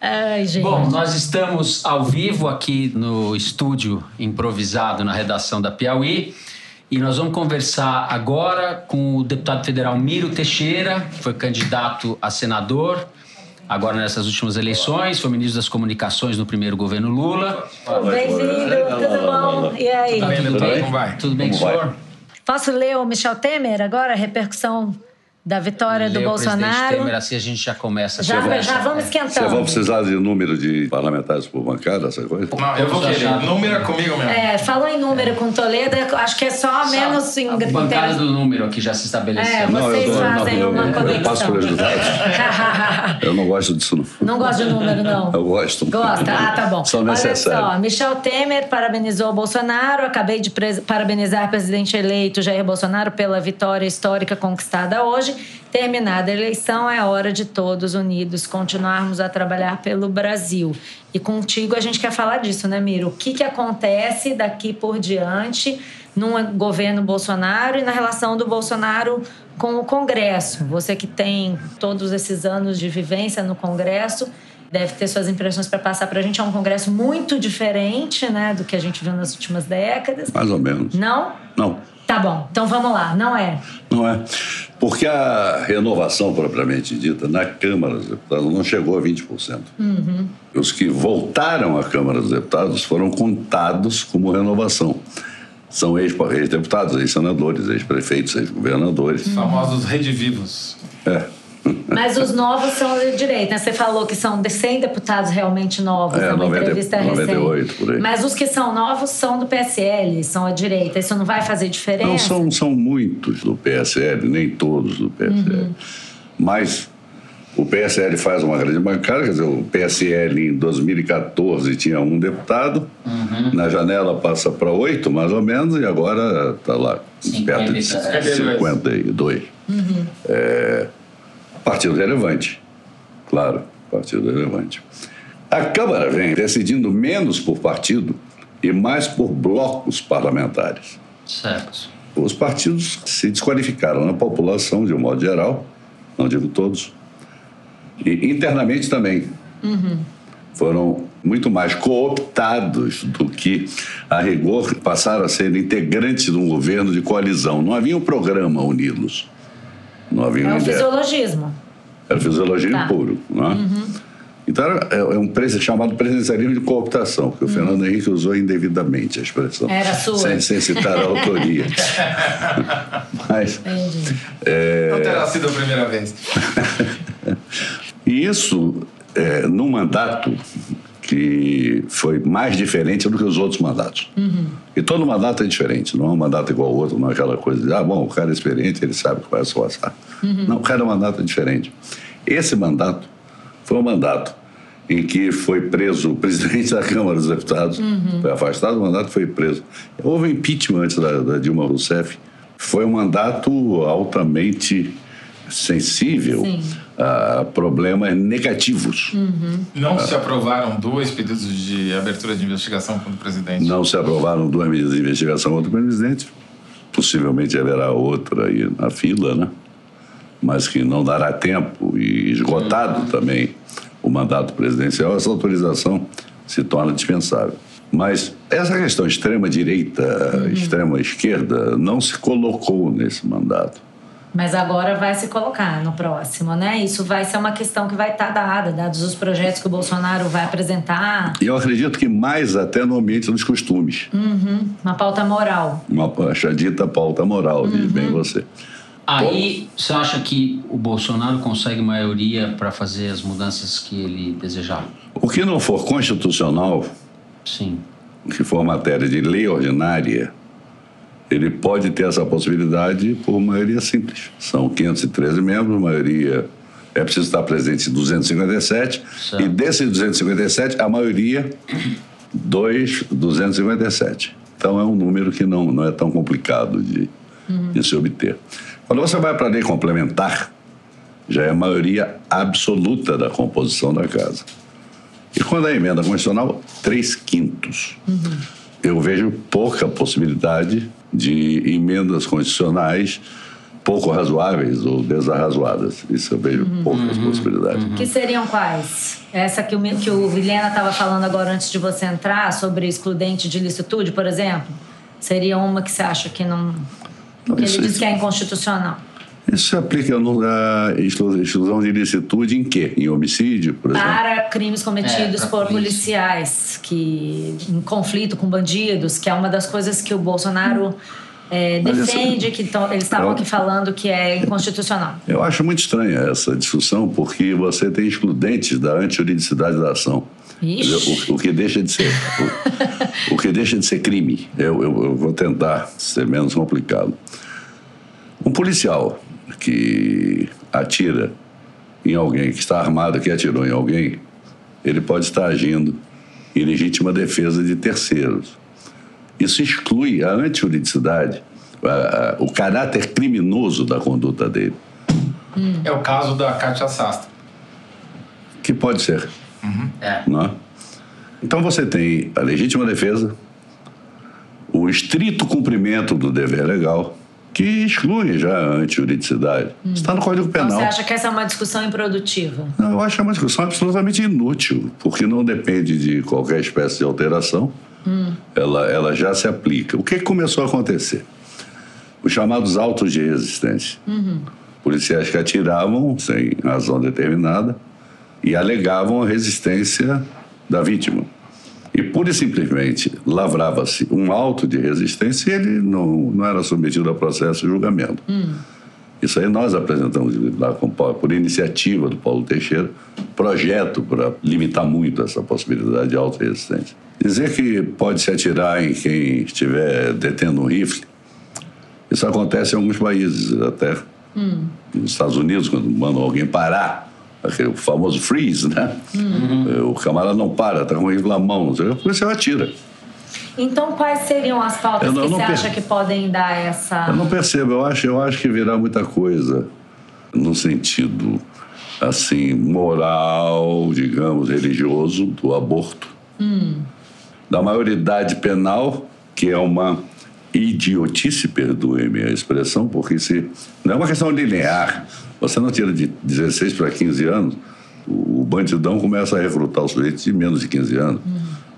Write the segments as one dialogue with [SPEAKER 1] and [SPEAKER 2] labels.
[SPEAKER 1] Ai, gente.
[SPEAKER 2] Bom, nós estamos ao vivo aqui no estúdio improvisado na redação da Piauí e nós vamos conversar agora com o deputado federal Miro Teixeira, que foi candidato a senador agora nessas últimas eleições, foi ministro das Comunicações no primeiro governo Lula.
[SPEAKER 1] Bem-vindo, tudo bom? E aí?
[SPEAKER 2] Tá bem,
[SPEAKER 3] Tudo
[SPEAKER 2] deputado?
[SPEAKER 3] bem?
[SPEAKER 2] Como vai? Tudo bem,
[SPEAKER 3] Como
[SPEAKER 2] com o
[SPEAKER 3] vai?
[SPEAKER 2] senhor?
[SPEAKER 1] Posso ler o Michel Temer agora, a repercussão da vitória do
[SPEAKER 2] Lê o presidente
[SPEAKER 1] Bolsonaro?
[SPEAKER 2] Temer, assim a gente já começa a
[SPEAKER 1] Já,
[SPEAKER 2] conversa.
[SPEAKER 1] já vamos
[SPEAKER 3] Vocês vão
[SPEAKER 1] esquentando.
[SPEAKER 3] precisar de número de parlamentares por bancada, essa coisa?
[SPEAKER 4] Não, Ah, eu vou
[SPEAKER 2] Vamos
[SPEAKER 4] querer.
[SPEAKER 2] achar.
[SPEAKER 4] Número é comigo mesmo.
[SPEAKER 1] É, falou em número com Toledo, acho que é só menos em
[SPEAKER 2] A bancada do número aqui já se
[SPEAKER 1] É,
[SPEAKER 2] estabeleceu.
[SPEAKER 1] vou- vocês
[SPEAKER 3] eu, eu
[SPEAKER 1] fazem
[SPEAKER 3] eu-
[SPEAKER 1] uma
[SPEAKER 3] eu
[SPEAKER 1] conexão.
[SPEAKER 3] passo pelos resultados. Eu não gosto disso, não.
[SPEAKER 1] Não gosto de número, não.
[SPEAKER 3] Eu gosto.
[SPEAKER 1] Gosta? Ah, tá bom.
[SPEAKER 3] São
[SPEAKER 1] Olha só,
[SPEAKER 3] necessários.
[SPEAKER 1] Michel Temer parabenizou o Bolsonaro. Acabei de pres- parabenizar o presidente eleito Jair Bolsonaro pela vitória histórica conquistada hoje. Terminada a eleição, é hora de todos unidos continuarmos a trabalhar pelo Brasil. E contigo a gente quer falar disso, né, Miro? O que, que acontece daqui por diante num governo Bolsonaro e na relação do Bolsonaro com o Congresso? Você que tem todos esses anos de vivência no Congresso, deve ter suas impressões para passar para a gente. É um congresso muito diferente né, do que a gente viu nas últimas décadas.
[SPEAKER 3] Mais ou menos.
[SPEAKER 1] Não?
[SPEAKER 3] Não,
[SPEAKER 1] Tá bom, então vamos lá. Não é.
[SPEAKER 3] não é. Porque a renovação propriamente dita na Câmara dos Deputados não chegou a 20%.
[SPEAKER 1] Uhum.
[SPEAKER 3] Os que voltaram à Câmara dos Deputados foram contados como renovação. São ex- ex-deputados, ex-senadores, ex-prefeitos, ex-governadores.
[SPEAKER 4] Famosos redivivos.
[SPEAKER 3] É.
[SPEAKER 1] Mas os novos são de direito, né? Você falou que são de 100 deputados realmente novos,
[SPEAKER 3] É,
[SPEAKER 1] numa
[SPEAKER 3] 90
[SPEAKER 1] entrevista recente.
[SPEAKER 3] 98 por aí.
[SPEAKER 1] Mas os que são novos são do PSL, são a direita. Isso não vai fazer diferença?
[SPEAKER 3] Não são, são muitos do PSL, nem todos do PSL. Mas o PSL faz uma grande bancada, quer dizer, o PSL em 2014 tinha um deputado, na janela passa para oito, mais ou menos, e agora está lá,
[SPEAKER 2] 50
[SPEAKER 3] perto
[SPEAKER 2] e
[SPEAKER 3] de
[SPEAKER 2] tantos.
[SPEAKER 3] 52. É, partido relevante, claro, partido relevante. A Câmara vem decidindo menos por partido e mais por blocos parlamentares.
[SPEAKER 2] Certo.
[SPEAKER 3] Os partidos se desqualificaram na população, de um modo geral, não digo todos, e internamente também. Uhum. Foram muito mais cooptados do que, a rigor, passaram a ser integrantes de um governo de coalizão. Não havia um programa uni-los. Não havia um
[SPEAKER 1] É
[SPEAKER 3] uma
[SPEAKER 1] o
[SPEAKER 3] ideia.
[SPEAKER 1] fisiologismo.
[SPEAKER 3] Era fisiologia
[SPEAKER 1] Tá.
[SPEAKER 3] puro, não é? Então, era- é é um presen- chamado presencialismo de cooptação, que o Fernando Henrique usou indevidamente a expressão.
[SPEAKER 1] Uhum. Era sua.
[SPEAKER 3] Sem, sem citar a autoria. Mas, É.
[SPEAKER 4] Não terá sido a primeira vez.
[SPEAKER 3] e isso, é, num mandato que foi mais diferente do que os outros mandatos.
[SPEAKER 1] Uhum.
[SPEAKER 3] E todo mandato é diferente, não é um mandato igual ao outro, não é aquela coisa de, ah, bom, o cara é experiente, ele sabe que vai se passar.
[SPEAKER 1] Uhum.
[SPEAKER 3] Não, cada mandato é diferente. Esse mandato foi um mandato em que foi preso o presidente da Câmara dos Deputados, foi afastado do mandato e foi preso. Houve impeachment antes da, da Dilma Rousseff. Foi um mandato altamente sensível
[SPEAKER 1] Sim.
[SPEAKER 3] a problemas negativos.
[SPEAKER 4] Não
[SPEAKER 3] Ah.
[SPEAKER 4] se aprovaram dois pedidos de abertura de investigação contra o presidente.
[SPEAKER 3] Não se aprovaram duas medidas de investigação contra o presidente. Possivelmente haverá outra aí na fila, né? Mas que não dará tempo e esgotado também o mandato presidencial, essa autorização se torna dispensável. Mas essa questão extrema-direita, extrema-esquerda, não se colocou nesse mandato.
[SPEAKER 1] Mas agora vai se colocar no próximo, né? Isso vai ser uma questão que vai estar dada, dados os projetos que o Bolsonaro vai apresentar.
[SPEAKER 3] E eu acredito que mais até no ambiente dos costumes.
[SPEAKER 1] Uma pauta moral.
[SPEAKER 3] Uma chadita pauta moral, diz bem você.
[SPEAKER 2] Aí, você acha que o Bolsonaro consegue maioria para fazer as mudanças que ele desejar?
[SPEAKER 3] O que não for constitucional,
[SPEAKER 2] Sim.
[SPEAKER 3] o que for matéria de lei ordinária, ele pode ter essa possibilidade por maioria simples. São 513 membros, maioria. É preciso estar presente em 257,
[SPEAKER 2] Certo.
[SPEAKER 3] e desses 257, a maioria, dois 257. Então é um número que não, não é tão complicado de, de se obter. Quando você vai para a lei complementar, já é a maioria absoluta da composição da casa. E quando a emenda constitucional, três quintos. Eu vejo pouca possibilidade de emendas constitucionais pouco razoáveis ou desarrazoadas. Isso eu vejo poucas possibilidades.
[SPEAKER 1] Que seriam quais? Essa que o, Mi- que o Vilhena estava falando agora antes de você entrar, sobre excludente de licitude, por exemplo? Seria uma que você acha que não.
[SPEAKER 3] Não,
[SPEAKER 1] que ele
[SPEAKER 3] isso-
[SPEAKER 1] diz
[SPEAKER 3] isso-
[SPEAKER 1] que é inconstitucional.
[SPEAKER 3] Isso se aplica no- à exclu- exclusão de ilicitude em quê? Em homicídio, por exemplo?
[SPEAKER 1] Para crimes cometidos
[SPEAKER 2] É, pra
[SPEAKER 1] por
[SPEAKER 2] polícia.
[SPEAKER 1] policiais, que em conflito com bandidos, que é uma das coisas que o Bolsonaro é,
[SPEAKER 3] Mas isso-
[SPEAKER 1] defende, que tão- eles estavam
[SPEAKER 3] É o-
[SPEAKER 1] aqui falando que é inconstitucional.
[SPEAKER 3] Eu acho muito estranha essa discussão, porque você tem excludentes da antijuridicidade da ação.
[SPEAKER 1] Ixi.
[SPEAKER 3] Quer dizer, O, o que deixa de ser. O, o que deixa de ser crime. Eu, eu- eu vou tentar ser menos complicado. Um policial que atira em alguém, que está armado, que atirou em alguém, ele pode estar agindo em legítima defesa de terceiros. Isso exclui a antijuridicidade, a- a- o caráter criminoso da conduta dele.
[SPEAKER 4] É o caso da Kátia Sastra.
[SPEAKER 3] que pode ser,
[SPEAKER 2] É.
[SPEAKER 3] não é? Então você tem a legítima defesa, o estrito cumprimento do dever legal, que exclui já a antijuridicidade. Está no Código
[SPEAKER 1] Então,
[SPEAKER 3] Penal.
[SPEAKER 1] você acha que essa é uma discussão improdutiva?
[SPEAKER 3] Não, eu acho uma discussão absolutamente inútil, porque não depende de qualquer espécie de alteração. Ela, ela já se aplica. O que que começou a acontecer? Os chamados autos de resistência. Policiais que atiravam sem razão determinada e alegavam a resistência da vítima. E pura e simplesmente lavrava-se um auto de resistência e ele não, não era submetido a processo e julgamento. Isso aí nós apresentamos lá com o Paulo, por iniciativa do Paulo Teixeira, projeto para limitar muito essa possibilidade de autorresistência. Dizer que pode se atirar em quem estiver detendo um rifle, isso acontece em alguns países até. Nos Estados Unidos, quando mandam alguém parar, aquele famoso freeze, né? Eh, O camarada não para, está com o rifle na mão, não sei o que, a polícia atira.
[SPEAKER 1] Então, quais seriam as pautas
[SPEAKER 3] Eu não-
[SPEAKER 1] que
[SPEAKER 3] não
[SPEAKER 1] você
[SPEAKER 3] per-
[SPEAKER 1] acha que podem dar essa.
[SPEAKER 3] Eu não percebo, eu acho, eu acho que virá muita coisa no sentido assim moral, digamos, religioso do aborto. Da maioridade penal, que é uma idiotice, perdoe-me a expressão, porque se não é uma questão linear. Você não tira de 16 para 15 anos, o o bandidão começa a recrutar os sujeitos de menos de 15 anos.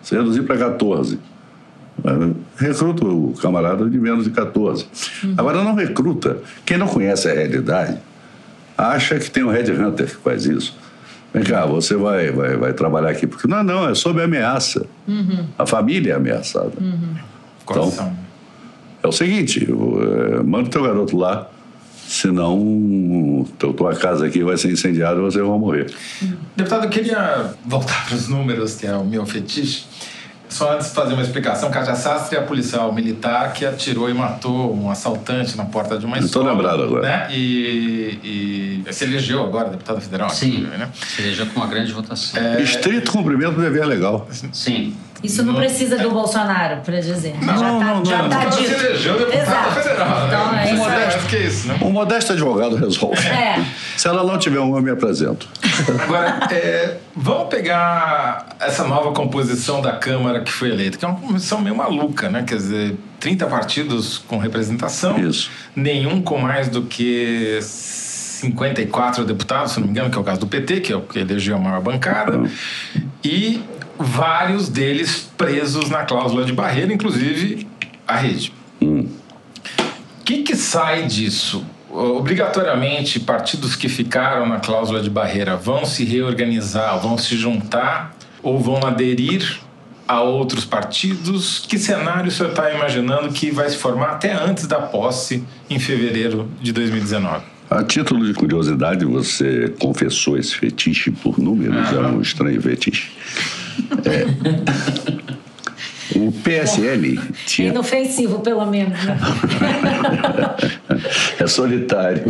[SPEAKER 3] Se reduzir para 14, Recruta o camarada de menos de 14. Agora, não recruta. Quem não conhece a realidade acha que tem um Red Hunter que faz isso. Vem cá, você vai, vai, vai trabalhar aqui. Porque não, não, é sob ameaça. A família é ameaçada.
[SPEAKER 4] Coração.
[SPEAKER 3] É o seguinte, eu, eh, manda o teu garoto lá, senão teu, tua casa aqui vai ser incendiada e você vai morrer.
[SPEAKER 4] Deputado, eu queria voltar para os números, que é o meu fetiche. Só antes de fazer uma explicação, Kátia Sastre é a policial militar que atirou e matou um assaltante na porta de uma
[SPEAKER 3] Eu tô
[SPEAKER 4] escola.
[SPEAKER 3] lembrado agora.
[SPEAKER 4] Né? E, e se elegeu agora, deputada federal.
[SPEAKER 2] Sim.
[SPEAKER 4] inclusive, Né?
[SPEAKER 2] Se elegeu com uma grande votação.
[SPEAKER 3] É. Estrito cumprimento do dever legal.
[SPEAKER 2] Sim.
[SPEAKER 1] Isso não
[SPEAKER 4] Não-
[SPEAKER 1] precisa do Bolsonaro, para dizer.
[SPEAKER 3] É. não, não,
[SPEAKER 1] já
[SPEAKER 3] não.
[SPEAKER 1] tá
[SPEAKER 4] Ela
[SPEAKER 1] dito.
[SPEAKER 4] se elegeu deputada
[SPEAKER 1] Exato.
[SPEAKER 4] federal.
[SPEAKER 1] Então,
[SPEAKER 4] né?
[SPEAKER 1] é isso.
[SPEAKER 4] Mais
[SPEAKER 1] aí.
[SPEAKER 4] do que isso, né?
[SPEAKER 3] Um modesto advogado resolve.
[SPEAKER 1] É.
[SPEAKER 3] Se ela não tiver um, eu me apresento.
[SPEAKER 4] Agora, é, vamos pegar essa nova composição da Câmara que foi eleita, que é uma comissão meio maluca, né? Quer dizer, 30 partidos com representação,
[SPEAKER 3] Isso.
[SPEAKER 4] nenhum com mais do que 54 deputados, se não me engano, que é o caso do PT, que é o que elegeu a maior bancada, e vários deles presos na cláusula de barreira, inclusive a rede. O que, que sai disso? Obrigatoriamente, partidos que ficaram na cláusula de barreira vão se reorganizar, vão se juntar ou vão aderir a outros partidos? Que cenário o senhor está imaginando que vai se formar até antes da posse em fevereiro de 2019?
[SPEAKER 3] A título de curiosidade, você confessou esse fetiche por números, é um estranho fetiche. É. O PSL
[SPEAKER 1] É
[SPEAKER 3] tinha.
[SPEAKER 1] inofensivo, pelo menos. né?
[SPEAKER 3] É solitário.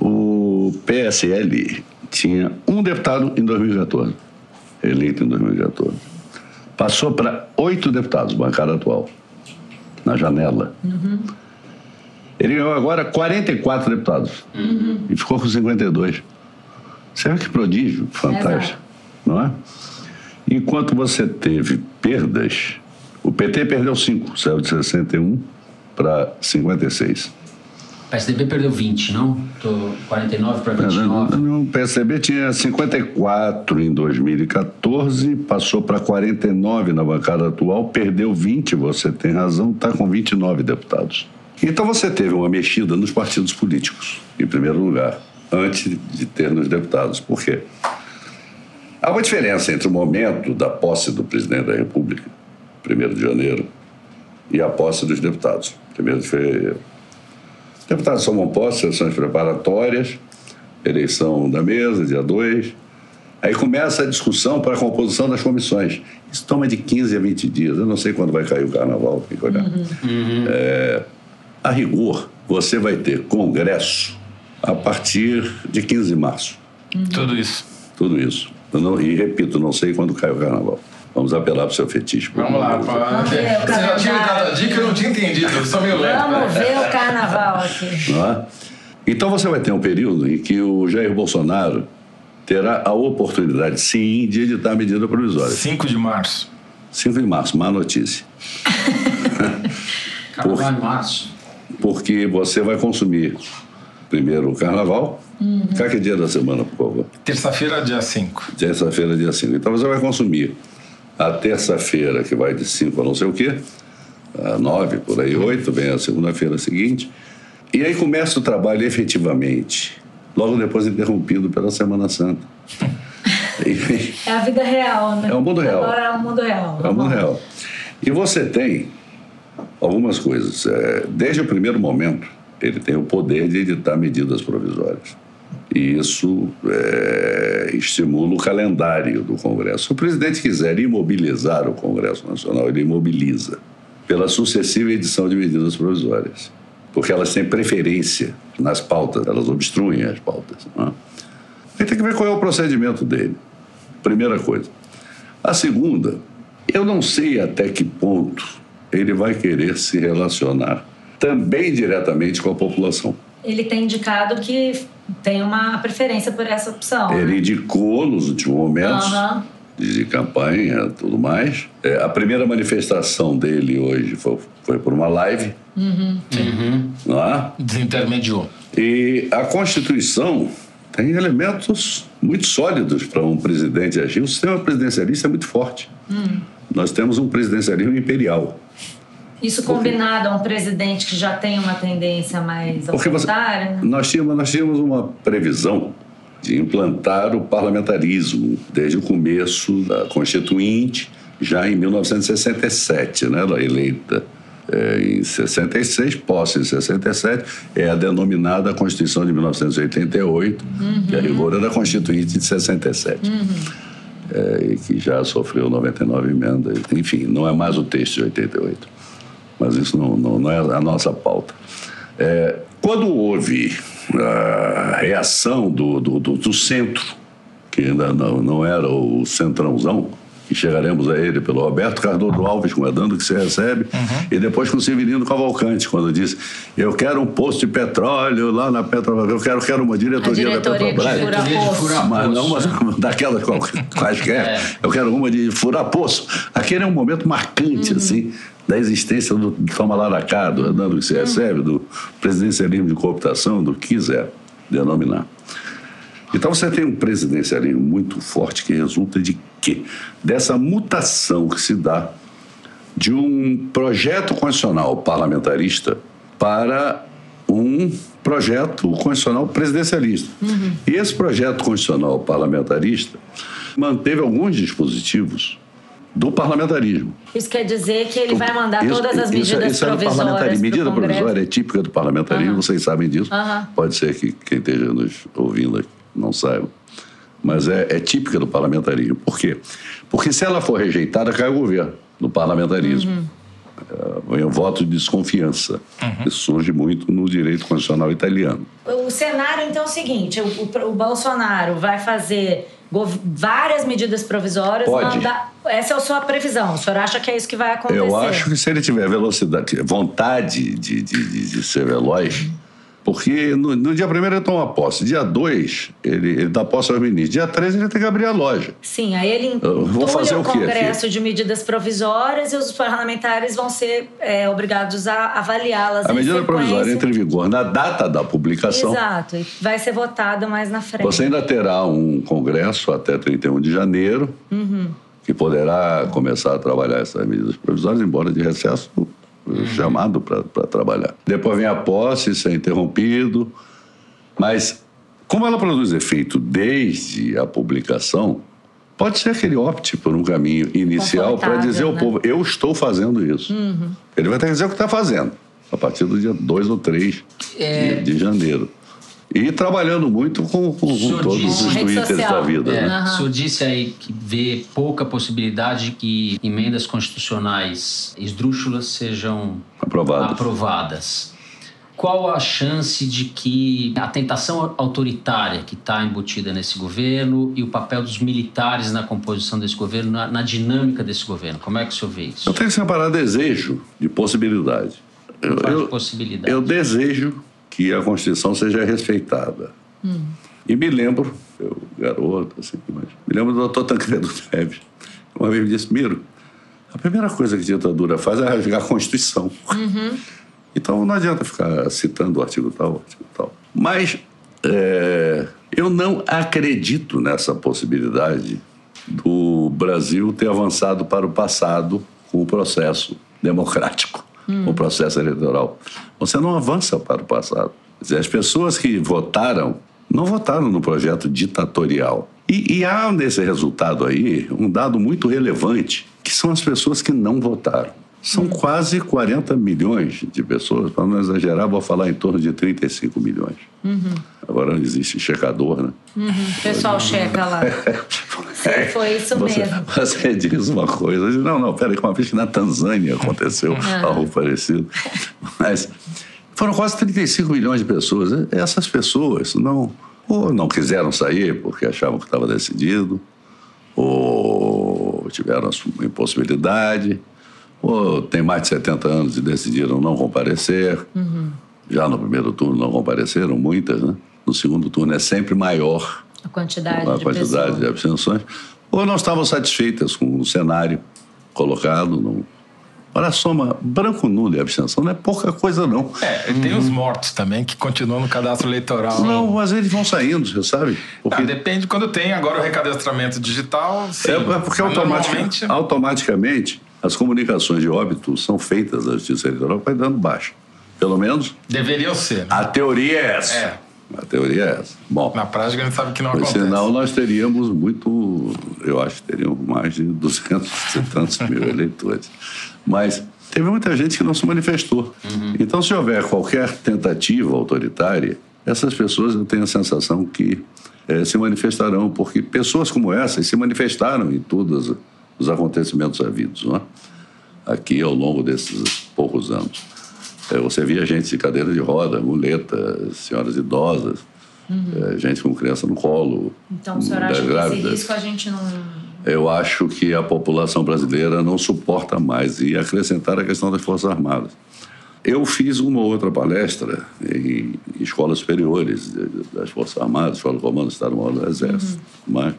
[SPEAKER 3] o PSL tinha um deputado em 2014, eleito em 2014. Passou para oito deputados, bancada atual, na janela. Ele ganhou agora 44 deputados e ficou com 52. Será que prodígio? Fantástico, não é? um Enquanto você teve perdas, o PT perdeu 5, saiu de 61 para 56.
[SPEAKER 2] O PSDB perdeu 20, não? Tô 49 para
[SPEAKER 3] Não,
[SPEAKER 2] 29.
[SPEAKER 3] não, O PSDB tinha 54 em 2014, passou para 49 na bancada atual, perdeu 20, você tem razão, está com 29 deputados. Então você teve uma mexida nos partidos políticos, em primeiro lugar, antes de ter nos deputados. Por quê? Há uma diferença entre o momento da posse do presidente da República, 1 de janeiro, e a posse dos deputados, 1 de fevereiro. Os deputados somam posse, sessões preparatórias, eleição da mesa, dia 2. Aí começa a discussão para a composição das comissões. Isso toma de 15 a 20 dias. Eu não sei quando vai cair o carnaval, tem que olhar.
[SPEAKER 4] Uhum.
[SPEAKER 3] É, a rigor, você vai ter congresso a partir de 15 de março
[SPEAKER 1] Uhum.
[SPEAKER 4] Tudo isso.
[SPEAKER 3] tudo isso. Eu não- e repito, não sei quando cai o carnaval. Vamos apelar pro seu fetiche.
[SPEAKER 4] Vamos lá.
[SPEAKER 3] Vamos
[SPEAKER 4] pra-
[SPEAKER 1] ver o
[SPEAKER 4] Você já tinha me dado a
[SPEAKER 1] calendário.
[SPEAKER 4] dica, eu não tinha entendido. Eu sou meio lento. né?
[SPEAKER 1] Vamos ver o carnaval aqui.
[SPEAKER 3] não é? Então você vai ter um período em que o Jair Bolsonaro terá a oportunidade, sim, de editar a medida provisória.
[SPEAKER 4] 5 de março.
[SPEAKER 3] 5 de março, má notícia.
[SPEAKER 2] Carnaval em março.
[SPEAKER 3] Porque você vai consumir primeiro o carnaval. Qual que é dia da semana, por favor?
[SPEAKER 4] Terça-feira, dia 5.
[SPEAKER 3] Terça-feira, dia 5. Então você vai consumir a terça-feira, que vai de 5 a não sei o quê, a 9, por aí, 8, vem a segunda-feira seguinte. E aí começa o trabalho efetivamente, logo depois interrompido pela Semana Santa. E-
[SPEAKER 1] É a vida real, né?
[SPEAKER 3] É o mundo real.
[SPEAKER 1] Agora é o mundo real.
[SPEAKER 3] é uma real. E você tem algumas coisas. É, desde o primeiro momento, ele tem o poder de editar medidas provisórias. E isso é, estimula o calendário do Congresso. Se o presidente quiser imobilizar o Congresso Nacional, ele imobiliza pela sucessiva edição de medidas provisórias. Porque elas têm preferência nas pautas, elas obstruem as pautas. Não é? Ele tem que ver qual é o procedimento dele. Primeira coisa. A segunda, eu não sei até que ponto ele vai querer se relacionar também diretamente com a população.
[SPEAKER 1] Ele tem indicado que tem uma preferência por essa opção. né?
[SPEAKER 3] Ele é indicou nos últimos momentos
[SPEAKER 1] Aham.
[SPEAKER 3] de campanha e tudo mais. É, a primeira manifestação dele hoje foi, foi por uma live, não é?
[SPEAKER 4] Desintermediou.
[SPEAKER 3] E a Constituição tem elementos muito sólidos para um presidente agir. O sistema presidencialista é muito forte. Nós temos um presidencialismo imperial.
[SPEAKER 1] Isso combinado a um presidente que já tem uma tendência mais
[SPEAKER 3] Porque você-
[SPEAKER 1] autoritária, né?
[SPEAKER 3] Nós tínhamos, nós tínhamos uma previsão de implantar o parlamentarismo desde o começo da Constituinte, já em 1967, né? Ela é eleita é, em 66, posse em 67, é a denominada Constituição de 1988, que é a rigor era a Constituinte de 67. É, e que já sofreu 99 emendas. Enfim, não é mais o texto de 88. Mas isso não, não, não é a nossa pauta. É, quando houve a reação do, do, do- do centro, que ainda não, não era o centrãozão, e chegaremos a ele pelo Roberto Cardoso Alves, com o Edando que se recebe,
[SPEAKER 1] Uhum.
[SPEAKER 3] e depois com o Severino Cavalcante, quando disse: Eu quero um posto de petróleo lá na Petrobras, eu quero, quero uma diretoria,
[SPEAKER 1] diretoria
[SPEAKER 3] da
[SPEAKER 1] que
[SPEAKER 3] Petrobras.
[SPEAKER 1] fura
[SPEAKER 2] Diretoria de
[SPEAKER 1] poço.
[SPEAKER 2] fura
[SPEAKER 3] Mas
[SPEAKER 2] poço.
[SPEAKER 3] não uma, daquelas qual- quaisquer.
[SPEAKER 2] É.
[SPEAKER 3] Eu quero uma de furar poço. Aquele é um momento
[SPEAKER 2] Uhum.
[SPEAKER 3] marcante, assim, da existência do Toma Lá da Cá, do Hernando que se recebe, do presidencialismo de cooptação, do que quiser denominar. Então você tem um presidencialismo muito forte que resulta de quê? Dessa mutação que se dá de um projeto constitucional parlamentarista para um projeto constitucional presidencialista. E esse projeto constitucional parlamentarista manteve alguns dispositivos do parlamentarismo.
[SPEAKER 1] Isso quer dizer que ele vai mandar
[SPEAKER 3] Isso-
[SPEAKER 1] todas as
[SPEAKER 3] isso-
[SPEAKER 1] medidas
[SPEAKER 3] isso era do
[SPEAKER 1] provisórias
[SPEAKER 3] parlamentarismo. Medida
[SPEAKER 1] pro Congresso.
[SPEAKER 3] provisória é típica do parlamentarismo,
[SPEAKER 1] Aham.
[SPEAKER 3] vocês sabem disso.
[SPEAKER 1] Aham.
[SPEAKER 3] Pode ser que quem esteja nos ouvindo aqui não saiba. Mas é, é típica do parlamentarismo. Por quê? Porque se ela for rejeitada, cai o governo do parlamentarismo.
[SPEAKER 1] Uhum.
[SPEAKER 3] É, é um voto de desconfiança. Isso surge muito no direito constitucional italiano.
[SPEAKER 1] O cenário, então, é o seguinte: o, o- o Bolsonaro vai fazer gov- várias medidas provisórias.
[SPEAKER 3] Pode.
[SPEAKER 1] mandar- Essa é a sua previsão. O senhor acha que é isso que vai acontecer?
[SPEAKER 3] Eu acho que se ele tiver velocidade, vontade de, de, de- de ser veloz, Porque no, no dia primeiro ele toma posse, dia 2 ele, ele dá posse ao ministro, dia 3 ele tem que abrir a loja.
[SPEAKER 1] Sim, aí ele
[SPEAKER 3] Eu vou fazer
[SPEAKER 1] entulha o
[SPEAKER 3] o quê
[SPEAKER 1] Congresso
[SPEAKER 3] aqui?
[SPEAKER 1] de medidas provisórias e os parlamentares vão ser é, obrigados a avaliá-las.
[SPEAKER 3] A
[SPEAKER 1] em
[SPEAKER 3] medida provisória
[SPEAKER 1] sequência.
[SPEAKER 3] entra em vigor na data da publicação.
[SPEAKER 1] um Exato, e vai ser votada mais na frente.
[SPEAKER 3] Você ainda terá um congresso até 31 de janeiro,
[SPEAKER 1] Uhum.
[SPEAKER 3] que poderá começar a trabalhar essas medidas provisórias, embora de recesso
[SPEAKER 1] Uhum.
[SPEAKER 3] eh, chamado para trabalhar. Depois vem a posse, isso é interrompido. Mas, como ela produz efeito desde a publicação, pode ser que ele opte por um caminho inicial para
[SPEAKER 1] Confortável,
[SPEAKER 3] dizer ao
[SPEAKER 1] né? Uhum.
[SPEAKER 3] povo: eu estou fazendo isso. Ele vai ter que dizer o que está fazendo, a partir do dia 2 ou 3
[SPEAKER 2] É.
[SPEAKER 3] de, de janeiro. E trabalhando muito com, com
[SPEAKER 2] senhor
[SPEAKER 3] todos
[SPEAKER 2] disse-
[SPEAKER 3] os
[SPEAKER 1] Rede
[SPEAKER 3] twitters
[SPEAKER 1] social.
[SPEAKER 3] da vida.
[SPEAKER 2] É,
[SPEAKER 3] né?
[SPEAKER 1] Aham.
[SPEAKER 2] O senhor disse aí que vê pouca possibilidade de que emendas constitucionais esdrúxulas sejam
[SPEAKER 3] Aprovado.
[SPEAKER 2] aprovadas. Qual a chance de que a tentação autoritária que está embutida nesse governo e o papel dos militares na composição desse governo, na, na dinâmica desse governo? Como é que o senhor vê isso?
[SPEAKER 3] Eu tenho que separar desejo de possibilidade. Eu,
[SPEAKER 2] Qual a
[SPEAKER 3] eu-
[SPEAKER 2] possibilidade?
[SPEAKER 3] eu desejo que a Constituição seja respeitada. E me lembro, eu garoto, assim, mas me lembro do doutor Tancredo Neves. Uma vez me disse, Miro, a primeira coisa que a ditadura faz é rasgar a Constituição. Então não adianta ficar citando o artigo tal, o artigo tal. Mas é, eu não acredito nessa possibilidade do Brasil ter avançado para o passado com o processo democrático, com o processo eleitoral. Você não avança para o passado. Quer dizer, As pessoas que votaram não votaram no projeto ditatorial. E, e há nesse resultado aí um dado muito relevante, que são as pessoas que não votaram. São quase 40 milhões de pessoas, para não exagerar, vou falar em torno de 35 milhões. Agora não existe checador, né?
[SPEAKER 1] O pessoal checa lá. Se foi isso
[SPEAKER 3] É. você,
[SPEAKER 1] mesmo.
[SPEAKER 3] Você diz uma coisa, diz, não, não, peraí, que uma vez que na Tanzânia aconteceu
[SPEAKER 1] Ah.
[SPEAKER 3] algo parecido. Mas foram quase 35 milhões de pessoas. Essas pessoas não, ou não quiseram sair porque achavam que estava decidido, ou tiveram a sua impossibilidade, ou tem mais de 70 anos e decidiram não comparecer.
[SPEAKER 1] Uhum.
[SPEAKER 3] Já no primeiro turno não compareceram muitas, né? No segundo turno é sempre maior
[SPEAKER 1] A quantidade
[SPEAKER 3] a
[SPEAKER 1] de
[SPEAKER 3] quantidade é de
[SPEAKER 1] pessoas.
[SPEAKER 3] abstenções, ou não estavam satisfeitas com o cenário colocado. No... Olha a soma branco nulo e abstenção, não é pouca coisa, não.
[SPEAKER 4] É, e tem os mortos também, que continuam no cadastro eleitoral.
[SPEAKER 3] Uhum. Não, às vezes vão saindo, você sabe?
[SPEAKER 4] Ah,
[SPEAKER 3] Porque,
[SPEAKER 4] depende quando tem agora o recadastramento digital. Sim.
[SPEAKER 3] é, é porque
[SPEAKER 4] Mas
[SPEAKER 3] automatica-
[SPEAKER 4] normalmente-
[SPEAKER 3] automaticamente as comunicações de óbito são feitas da Justiça Eleitoral, vai dando baixa. Pelo menos
[SPEAKER 4] Deveriam ser. né?
[SPEAKER 3] a teoria é essa.
[SPEAKER 4] É.
[SPEAKER 3] A teoria é essa. Bom,
[SPEAKER 4] Na prática a gente sabe que não
[SPEAKER 3] Pois é,
[SPEAKER 4] acontece.
[SPEAKER 3] senão nós teríamos muito, eu acho que teríamos mais de 200 e tantos mil eleitores. Mas teve muita gente que não se manifestou.
[SPEAKER 4] Uhum.
[SPEAKER 3] Então, se houver qualquer tentativa autoritária, essas pessoas eu tenho a sensação que eh, se manifestarão, porque pessoas como essas se manifestaram em todos os acontecimentos havidos, não é? aqui ao longo desses poucos anos. Eh, Você via gente de cadeira de roda, muleta, senhoras idosas, eh, gente com criança no colo,
[SPEAKER 1] Uhum. Então, o senhor
[SPEAKER 3] das
[SPEAKER 1] acha que esse
[SPEAKER 3] grávidas.
[SPEAKER 1] risco a gente não.
[SPEAKER 3] Eu acho que a população brasileira não suporta mais e acrescentar a questão das Forças Armadas. Eu fiz uma ou outra palestra em escolas superiores de- de- das Forças Armadas, Escola do Comando do Estado-Maior do Exército.
[SPEAKER 1] Uhum.
[SPEAKER 3] Mas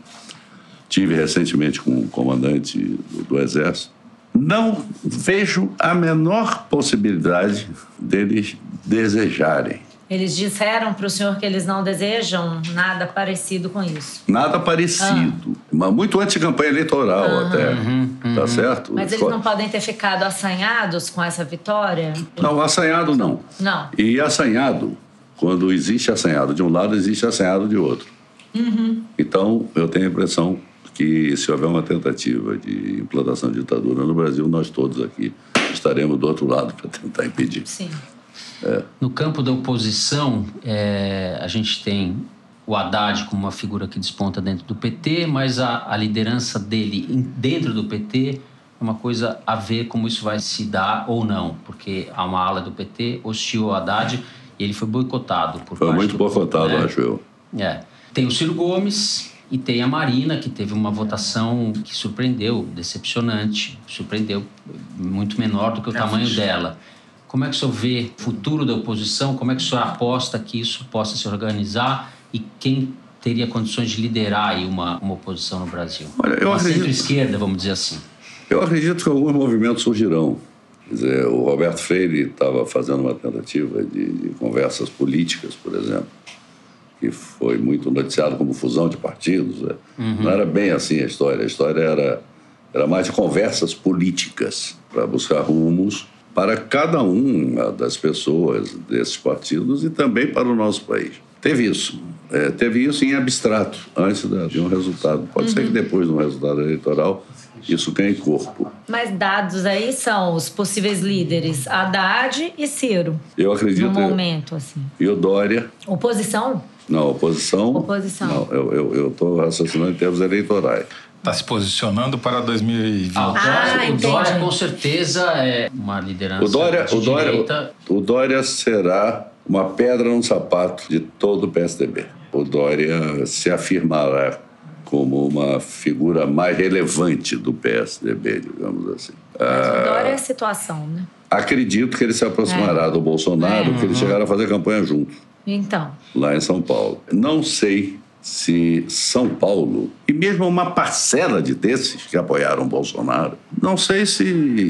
[SPEAKER 3] tive recentemente com o comandante do, do Exército. Não vejo a menor possibilidade deles desejarem.
[SPEAKER 1] Eles disseram para o senhor que eles não desejam nada parecido com isso.
[SPEAKER 3] Nada
[SPEAKER 1] Ah.
[SPEAKER 3] parecido. Mas muito antes de campanha eleitoral, até. Tá certo?
[SPEAKER 1] Mas eles
[SPEAKER 3] Escola-
[SPEAKER 1] não podem ter ficado assanhados com essa vitória?
[SPEAKER 3] Não, assanhado não.
[SPEAKER 1] Não.
[SPEAKER 3] E assanhado, quando existe assanhado de um lado, existe assanhado de outro. Então, eu tenho a impressão que se houver uma tentativa de implantação de ditadura no Brasil, nós todos aqui estaremos do outro lado para tentar impedir.
[SPEAKER 1] Sim.
[SPEAKER 2] No campo da oposição, eh, a gente tem o Haddad como uma figura que desponta dentro do PT, mas a, a liderança dele em- dentro do PT é uma coisa a ver como isso vai se dar ou não, porque há uma ala do PT hostil ao Haddad e ele foi boicotado. Por
[SPEAKER 3] Foi
[SPEAKER 2] parte
[SPEAKER 3] muito
[SPEAKER 2] do-
[SPEAKER 3] boicotado,
[SPEAKER 2] né?
[SPEAKER 3] acho eu.
[SPEAKER 2] É. Tem o Ciro Gomes e tem a Marina, que teve uma votação que
[SPEAKER 1] É,
[SPEAKER 2] surpreendeu, decepcionante, surpreendeu, muito menor do que o tamanho dela. Como é que o senhor vê o futuro da oposição? Como é que o senhor aposta que isso possa se organizar? E quem teria condições de liderar aí uma, uma oposição no Brasil?
[SPEAKER 3] Olha, eu
[SPEAKER 2] uma
[SPEAKER 3] acredito-
[SPEAKER 2] centro-esquerda, vamos dizer assim.
[SPEAKER 3] Eu acredito que alguns movimentos surgirão. Quer dizer, o Roberto Freire estava fazendo uma tentativa de, de conversas políticas, por exemplo, que foi muito noticiado como fusão de partidos. né? Não era bem assim a história. A história era, era mais de conversas políticas para buscar rumos para cada uma das pessoas desses partidos e também para o nosso país. Teve isso. É, teve isso em abstrato, antes da- de um resultado. Pode ser que depois de um resultado eleitoral isso ganhe corpo.
[SPEAKER 1] Mas dados aí são os possíveis líderes Haddad e Ciro.
[SPEAKER 3] Eu acredito.
[SPEAKER 1] No momento, assim.
[SPEAKER 3] E o Dória.
[SPEAKER 1] Oposição?
[SPEAKER 3] Não, oposição.
[SPEAKER 1] Oposição.
[SPEAKER 3] Não, eu- eu eu estou raciocinando em termos eleitorais.
[SPEAKER 4] Está Tá se posicionando para 2020.
[SPEAKER 2] Ah, o Dória, o
[SPEAKER 1] entendi.
[SPEAKER 2] Dória, com certeza é uma liderança
[SPEAKER 3] O Dória,
[SPEAKER 2] de
[SPEAKER 3] o, Dória,
[SPEAKER 2] direita.
[SPEAKER 3] o Dória será uma pedra no sapato de todo o PSDB. O Dória se afirmará como uma figura mais relevante do PSDB, digamos assim.
[SPEAKER 1] Mas o Dória é a situação, né?
[SPEAKER 3] Acredito que ele se aproximará do Bolsonaro,
[SPEAKER 1] É.
[SPEAKER 3] que eles chegaram a fazer campanha juntos.
[SPEAKER 1] Então,
[SPEAKER 3] lá em São Paulo. Não sei se São Paulo, e mesmo uma parcela de desses que apoiaram Bolsonaro, não sei se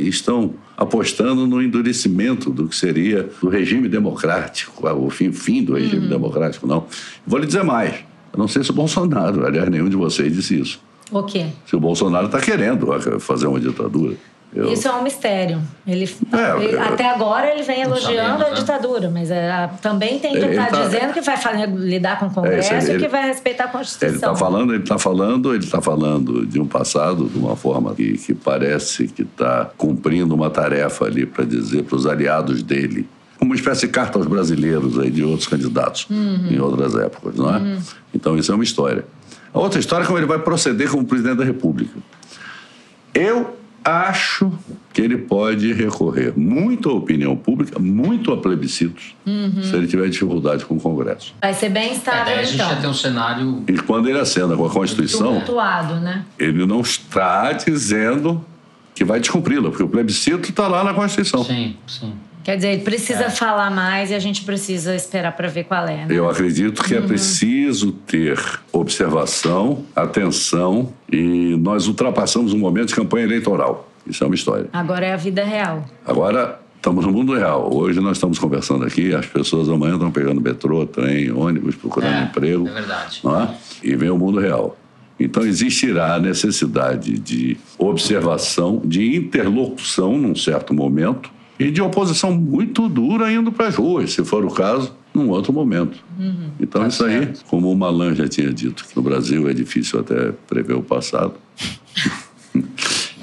[SPEAKER 3] estão apostando no endurecimento do que seria o regime democrático, o fim, fim do regime democrático, não. Vou lhe dizer mais. Eu não sei se o Bolsonaro, aliás, nenhum de vocês disse isso.
[SPEAKER 1] o quê?
[SPEAKER 3] Se o Bolsonaro está querendo fazer uma ditadura. Eu-
[SPEAKER 1] Isso é um mistério. Ele,
[SPEAKER 3] É,
[SPEAKER 1] ele-
[SPEAKER 3] eu-
[SPEAKER 1] até agora ele vem elogiando
[SPEAKER 2] sabemos,
[SPEAKER 1] a
[SPEAKER 2] né?
[SPEAKER 1] ditadura, mas é, a- também tem que
[SPEAKER 3] Ele
[SPEAKER 1] estar
[SPEAKER 3] tá-
[SPEAKER 1] dizendo que vai fazer- lidar com o Congresso
[SPEAKER 3] É, isso, ele-
[SPEAKER 1] e que vai respeitar a Constituição.
[SPEAKER 3] É, Ele tá está falando, ele está falando, ele está falando de um passado, de uma forma que, que parece que está cumprindo uma tarefa ali para dizer para os aliados dele, uma espécie de carta aos brasileiros aí de outros candidatos em outras épocas, não é? Então isso é uma história. A outra história é como ele vai proceder como presidente da República. Eu acho que ele pode recorrer muito à opinião pública, muito a plebiscitos, se ele tiver dificuldade com o Congresso.
[SPEAKER 1] Vai ser bem
[SPEAKER 2] É,
[SPEAKER 1] estável,
[SPEAKER 2] daí a gente já tem
[SPEAKER 1] então.
[SPEAKER 2] um cenário
[SPEAKER 3] E quando ele acena com a Constituição,
[SPEAKER 1] Tumultuado, né?
[SPEAKER 3] ele não está dizendo que vai descumpri-la, porque o plebiscito está lá na Constituição.
[SPEAKER 2] Sim, sim.
[SPEAKER 1] Quer dizer, ele
[SPEAKER 2] É.
[SPEAKER 1] precisa falar mais e a gente precisa esperar para ver qual é, né?
[SPEAKER 3] Eu acredito que é preciso ter observação, atenção, e nós ultrapassamos um momento de campanha eleitoral. Isso é uma história.
[SPEAKER 1] Agora é a vida real.
[SPEAKER 3] Agora, estamos no mundo real. Hoje nós estamos conversando aqui, as pessoas amanhã estão pegando metrô, trem, ônibus, procurando
[SPEAKER 2] É,
[SPEAKER 3] emprego.
[SPEAKER 2] é verdade.
[SPEAKER 3] não é? E vem o mundo real. Então, existirá a necessidade de observação, de interlocução num certo momento e de oposição muito dura indo para as ruas, se for o caso, num outro momento.
[SPEAKER 2] Uhum.
[SPEAKER 3] Então,
[SPEAKER 2] Tá
[SPEAKER 3] isso aí, como o Malan já tinha dito, que no Brasil é difícil até prever o passado.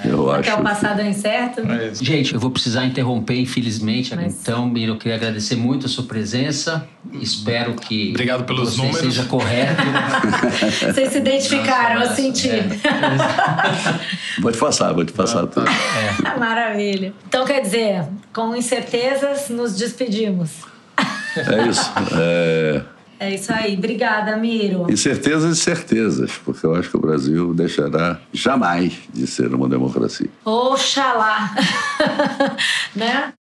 [SPEAKER 3] Eu acho.
[SPEAKER 1] Até o
[SPEAKER 3] que-
[SPEAKER 1] passado é incerto.
[SPEAKER 4] É isso.
[SPEAKER 2] Gente, eu vou precisar interromper, infelizmente.
[SPEAKER 1] Mas-
[SPEAKER 2] Então, Miro, eu queria agradecer muito a sua presença. Espero que
[SPEAKER 4] Obrigado pelos
[SPEAKER 2] você
[SPEAKER 4] números.
[SPEAKER 2] seja correto.
[SPEAKER 1] Vocês se identificaram, eu
[SPEAKER 2] Nossa, é.
[SPEAKER 1] senti.
[SPEAKER 3] Vou te passar, vou te passar
[SPEAKER 2] tá
[SPEAKER 3] tudo.
[SPEAKER 1] Maravilha. Então, quer dizer, com incertezas, nos despedimos.
[SPEAKER 3] É isso. É,
[SPEAKER 1] É isso aí. Obrigada, Miro.
[SPEAKER 3] Incertezas e certezas, porque eu acho que o Brasil deixará jamais de ser uma democracia.
[SPEAKER 1] Oxalá. né?